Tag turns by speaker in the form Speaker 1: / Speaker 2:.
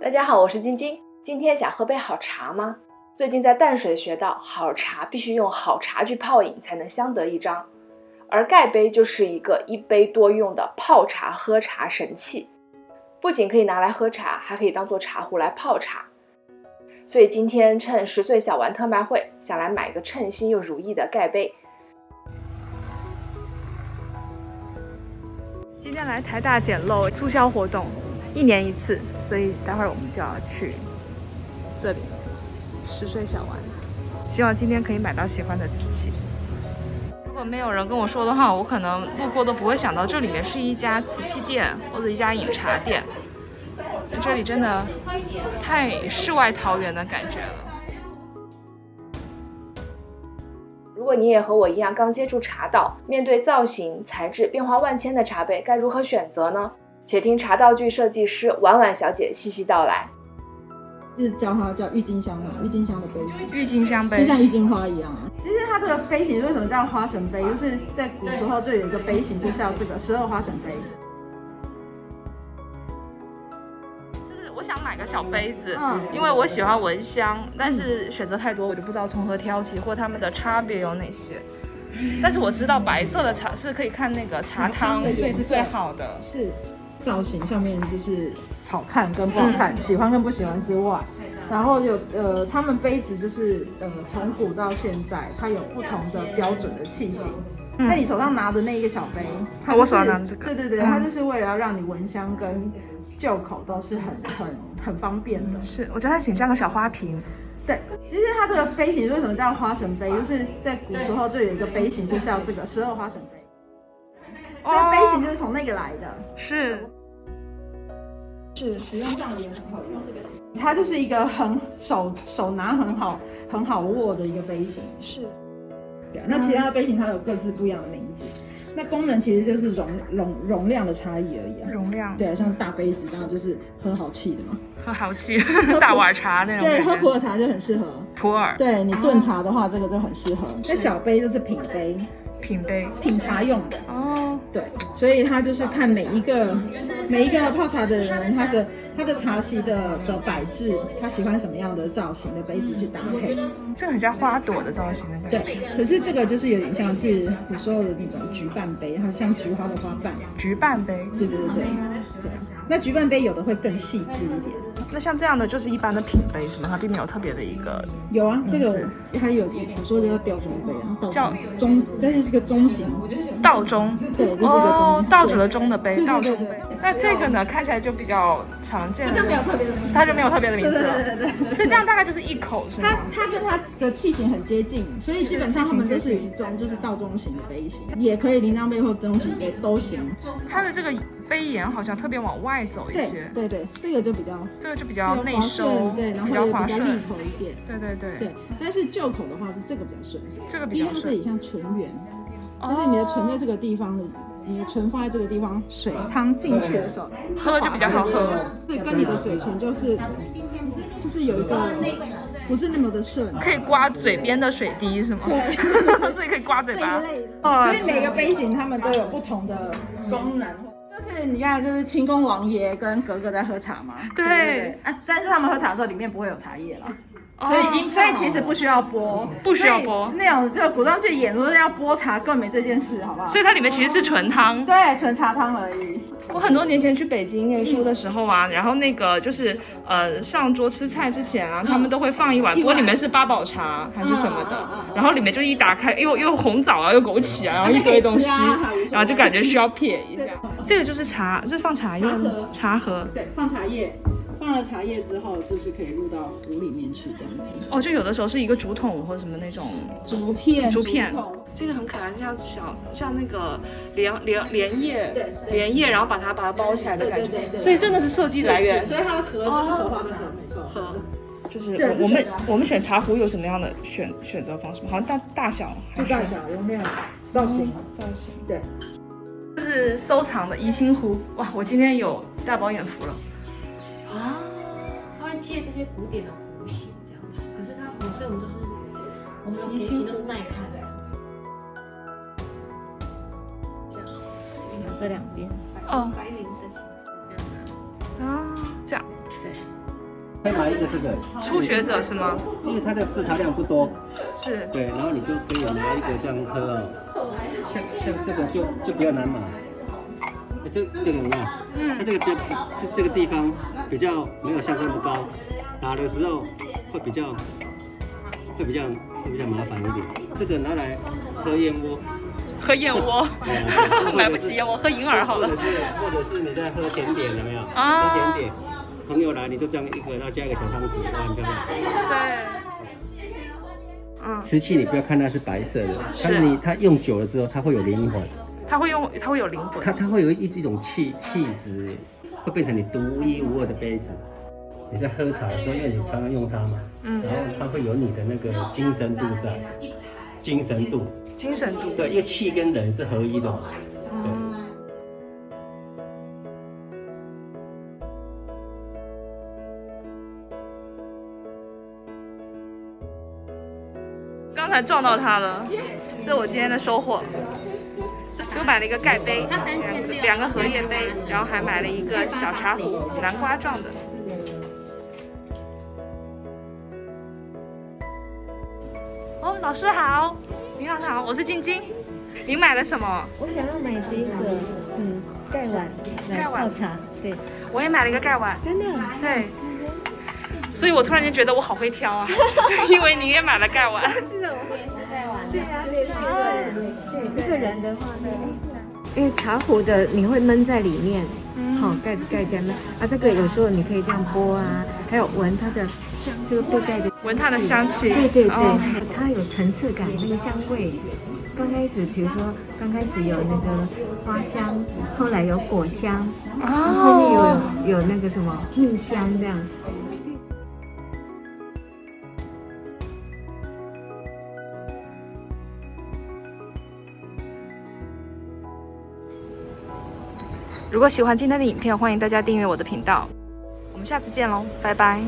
Speaker 1: 大家好，我是晶晶。今天想喝杯好茶吗？最近在淡水学到，好茶必须用好茶具泡饮才能相得益彰，而盖杯就是一个一杯多用的泡茶喝茶神器，不仅可以拿来喝茶，还可以当做茶壶来泡茶。所以今天趁十岁小丸特卖会，想来买个称心又如意的盖杯。
Speaker 2: 今天来台大捡漏促销活动，一年一次，所以待会儿我们就要去这里十岁小丸，希望今天可以买到喜欢的瓷器。
Speaker 3: 如果没有人跟我说的话，我可能路过都不会想到这里面是一家瓷器店或者一家饮茶店。这里真的太世外桃源的感觉了。
Speaker 1: 如果你也和我一样刚接触茶道，面对造型、材质变化万千的茶杯，该如何选择呢？且听茶道具设计师婉婉小姐细细道来。
Speaker 4: 是叫它叫郁金香嘛，郁金香的杯子，
Speaker 3: 郁金香杯
Speaker 4: 就像郁金花一样啊。
Speaker 5: 其实它这个杯型为什么叫花神杯，就是在古时候就有一个杯型，就是要这个十二花神杯。
Speaker 3: 就是我想买个小杯子，
Speaker 5: 嗯
Speaker 3: 因为我喜欢闻香，但是选择太多，我就不知道从何挑起或它们的差别有哪些。但是我知道白色的茶是可以看那个茶汤，所以是最好的。
Speaker 5: 是造型上面就是好看跟不好看，
Speaker 2: 嗯
Speaker 5: 喜欢跟不喜欢之外，然后有呃，他们杯子就是呃，从古到现在，它有不同的标准的器型。那你手上拿的那一个小杯，
Speaker 2: 嗯
Speaker 5: 它就是、
Speaker 2: 哦我手上拿的这个嗯
Speaker 5: 对对对，它就是为了要让你闻香跟就口都是很很很方便的。
Speaker 2: 是，我觉得它挺像个小花瓶，
Speaker 5: 对，其实它这个杯型为什么叫花神杯，就是在古时候就有一个杯型，就是要这个十二花神杯。
Speaker 2: 哦
Speaker 5: 这
Speaker 3: 哦
Speaker 5: 个杯型就是从那个来的。
Speaker 2: 是
Speaker 5: 它就是一个很手手拿很好很好握的一个杯型。是。对啊，那其他的杯型它有各自不一样的名字，那功能其实就是容容容量的差异而已啊。
Speaker 2: 容量，
Speaker 5: 对啊，像大杯子当然就是喝好气的嘛。
Speaker 3: 喝好气，大碗茶那种
Speaker 4: 对，喝
Speaker 3: 感
Speaker 4: 普
Speaker 3: 觉。
Speaker 4: 洱茶就很适合。
Speaker 3: 普洱
Speaker 4: 对你炖茶的话，这个就很适合。
Speaker 5: 啊那小杯就是品杯，
Speaker 3: 品杯
Speaker 5: 品茶用的。
Speaker 3: 哦，
Speaker 5: 对，所以它就是看每一个每一个泡茶的人，他的他的茶席的的摆置，他喜欢什么样的造型的杯子去搭配。
Speaker 3: 这很像花朵的造型的感觉。
Speaker 5: 对，可是这个就是有点像是古时候的那种菊瓣杯，它像菊花的花瓣。
Speaker 3: 菊瓣杯，
Speaker 5: 对对对对对。那菊瓣杯有的会更细致一点。
Speaker 3: 那像这样的就是一般的品杯，是吗？它并没有特别的一个
Speaker 5: 有
Speaker 3: 嗯
Speaker 5: 啊，这个它有古时候就叫吊钟杯啊，倒
Speaker 3: 叫
Speaker 5: 中，这就是个中型，
Speaker 3: 倒钟，
Speaker 5: 对，就是一个中。
Speaker 3: 哦，倒酒的钟的杯，
Speaker 5: 对
Speaker 3: 倒
Speaker 5: 对
Speaker 3: 钟
Speaker 5: 对对
Speaker 3: 杯。那这个呢，看起来就比较常见，它就没有特别的，它就没有特别的名字了。
Speaker 5: 对对对。
Speaker 3: 所以这样大概就是一口是吗
Speaker 4: 它？它跟它的器型很接近，所以
Speaker 5: 所以基本上它们都是一种就是倒钟型的杯型，也可以铃铛杯或中型杯都行。
Speaker 3: 它的这个杯沿好像特别往外走一
Speaker 4: 对
Speaker 3: 些，
Speaker 4: 对对，这个就比较
Speaker 3: 这个就比
Speaker 5: 比
Speaker 3: 较
Speaker 5: 较
Speaker 3: 内
Speaker 5: 滑
Speaker 3: 收，
Speaker 5: 顺，对，然
Speaker 3: 比
Speaker 5: 后
Speaker 3: 较
Speaker 5: 也
Speaker 3: 滑
Speaker 5: 比较
Speaker 3: 顺
Speaker 5: 利。口一点。
Speaker 3: 对对对，
Speaker 4: 对，但是就口的话是这个比较顺，
Speaker 3: 这个比
Speaker 4: 因为
Speaker 3: 较
Speaker 4: 它这
Speaker 3: 顺。
Speaker 4: 里像纯圆，
Speaker 3: 哦
Speaker 4: 但是你的唇在这个地方的，你的唇放在这个地方，
Speaker 5: 水汤进去的时候，
Speaker 3: 喝就比较好喝，
Speaker 4: 对，跟你的嘴唇就是就是有一个不是那么的顺，
Speaker 3: 可以刮嘴边的水滴是吗？
Speaker 4: 对
Speaker 3: 所以可以刮嘴
Speaker 4: 这
Speaker 3: 巴
Speaker 4: 一。类的。
Speaker 3: 哦
Speaker 5: 所以每个杯型它们都有不同的功能。
Speaker 4: 就是你看，就是清宫王爷跟格格在喝茶嘛，
Speaker 3: 对，
Speaker 5: 啊，但是他们喝茶的时候里面不会有茶叶了，
Speaker 3: 哦
Speaker 5: 所以已经，所以其实不需要剥，
Speaker 3: 不需要剥
Speaker 5: 所以那种这个古装剧演说要剥茶更没这件事，好不好？
Speaker 3: 所以它里面其实是纯汤。
Speaker 5: 对，纯茶汤而已。
Speaker 3: 我很多年前去北京念书的时候啊，然后那个就是呃上桌吃菜之前啊，他们都会放一碗，不过里面是八宝茶还是什么的，然后里面就一打开，又又红枣啊，又枸杞啊，然后一堆东西，然后就感觉需要撇一下。这个就是茶，这是放茶用的茶盒。
Speaker 4: 对，放茶叶，放了茶叶之后，就是可以入到壶里面去这样子。
Speaker 3: 哦，就有的时候是一个竹筒或者什么那种
Speaker 4: 竹片，
Speaker 3: 竹片
Speaker 4: 筒
Speaker 3: 这个很可爱，就像小像那个莲莲莲叶，莲叶，然后把它把它包起来的感觉，所以真的是设计来源。所以它的盒就是荷花的盒，没错。盒就是我我们我们选茶壶有什么样的选选择方式吗？好像大大小还是
Speaker 5: 大小、容量、造型，啊
Speaker 3: 造型。
Speaker 5: 对，
Speaker 3: 这是收藏的宜兴壶。哇，我今天有大饱眼福了。
Speaker 6: 啊，他会借这些古典的弧形这样子，可是它弧，所以我们就是我们的弧形都是耐看的。 这样，你们这两边，
Speaker 3: 哦
Speaker 6: 白云的形状这样，
Speaker 3: 啊，这样。
Speaker 6: 对，
Speaker 7: 可以拿一个这个，
Speaker 3: 初学者是吗？
Speaker 7: 因为它的制茶量不多，
Speaker 3: 是，
Speaker 7: 对，然后你就可以拿一个这样喝哦。像像这个就就比较难买，哎这这个有没有？
Speaker 3: 嗯
Speaker 7: 它这个比较这这个地方比较没有像这么高，打的时候会比较会比较会比较麻烦一点。这个拿来喝燕窝，
Speaker 3: 喝燕 窝
Speaker 7: 嗯，
Speaker 3: 买不起燕窝，喝银耳好了
Speaker 7: 或。者是或者是你在喝甜点有没有？
Speaker 3: 啊
Speaker 7: 喝甜点，朋友来你就这样一个，然后加一个小汤匙，哇，很漂
Speaker 6: 啊
Speaker 7: 亮。
Speaker 3: 对，嗯，
Speaker 7: 瓷器你不要看它是白色的，它
Speaker 3: 是啊
Speaker 7: 你它用久了之后，它会有灵魂，
Speaker 3: 它会用，它会有灵
Speaker 7: 它
Speaker 3: 魂。
Speaker 7: 它会有一一种气气质，会变成你独一无二的杯子。你在喝茶的时候，因为你常常用它嘛，
Speaker 3: 嗯
Speaker 7: 然后它会有你的那个精神度在，精神度，
Speaker 3: 精神度。
Speaker 7: 对，因为气跟人是合一的嘛，对。
Speaker 3: 刚才撞到它了，这我今天的收获。就买了一个盖杯，两个荷叶杯，然后还买了一个小茶壶，南瓜状的。哦，老师好，您老师好，我是晶晶。您买了什么？
Speaker 8: 我想要买这个，嗯，盖碗来
Speaker 3: 盖碗
Speaker 8: 泡茶，对，
Speaker 3: 我也买了一个盖碗，
Speaker 8: 真的，
Speaker 3: 对。所以我突然间觉得我好会挑啊， 因为你也买了盖碗。
Speaker 8: 对啊，对，一个人，对，一个人的话呢，因为茶壶的你会闷在里面，好、盖子盖起来闷啊，这个有时候你可以这样拨啊，还有闻它的香，这个被盖的，
Speaker 3: 闻它的香气，
Speaker 8: 对对对，
Speaker 3: 哦
Speaker 8: 它有层次感，那个香味。刚开始，比如说刚开始有那个花香，后来有果香，后
Speaker 3: 哦，
Speaker 8: 面有有那个什么蜜香这样。
Speaker 3: 如果喜欢今天的影片，欢迎大家订阅我的频道，我们下次见喽，拜拜。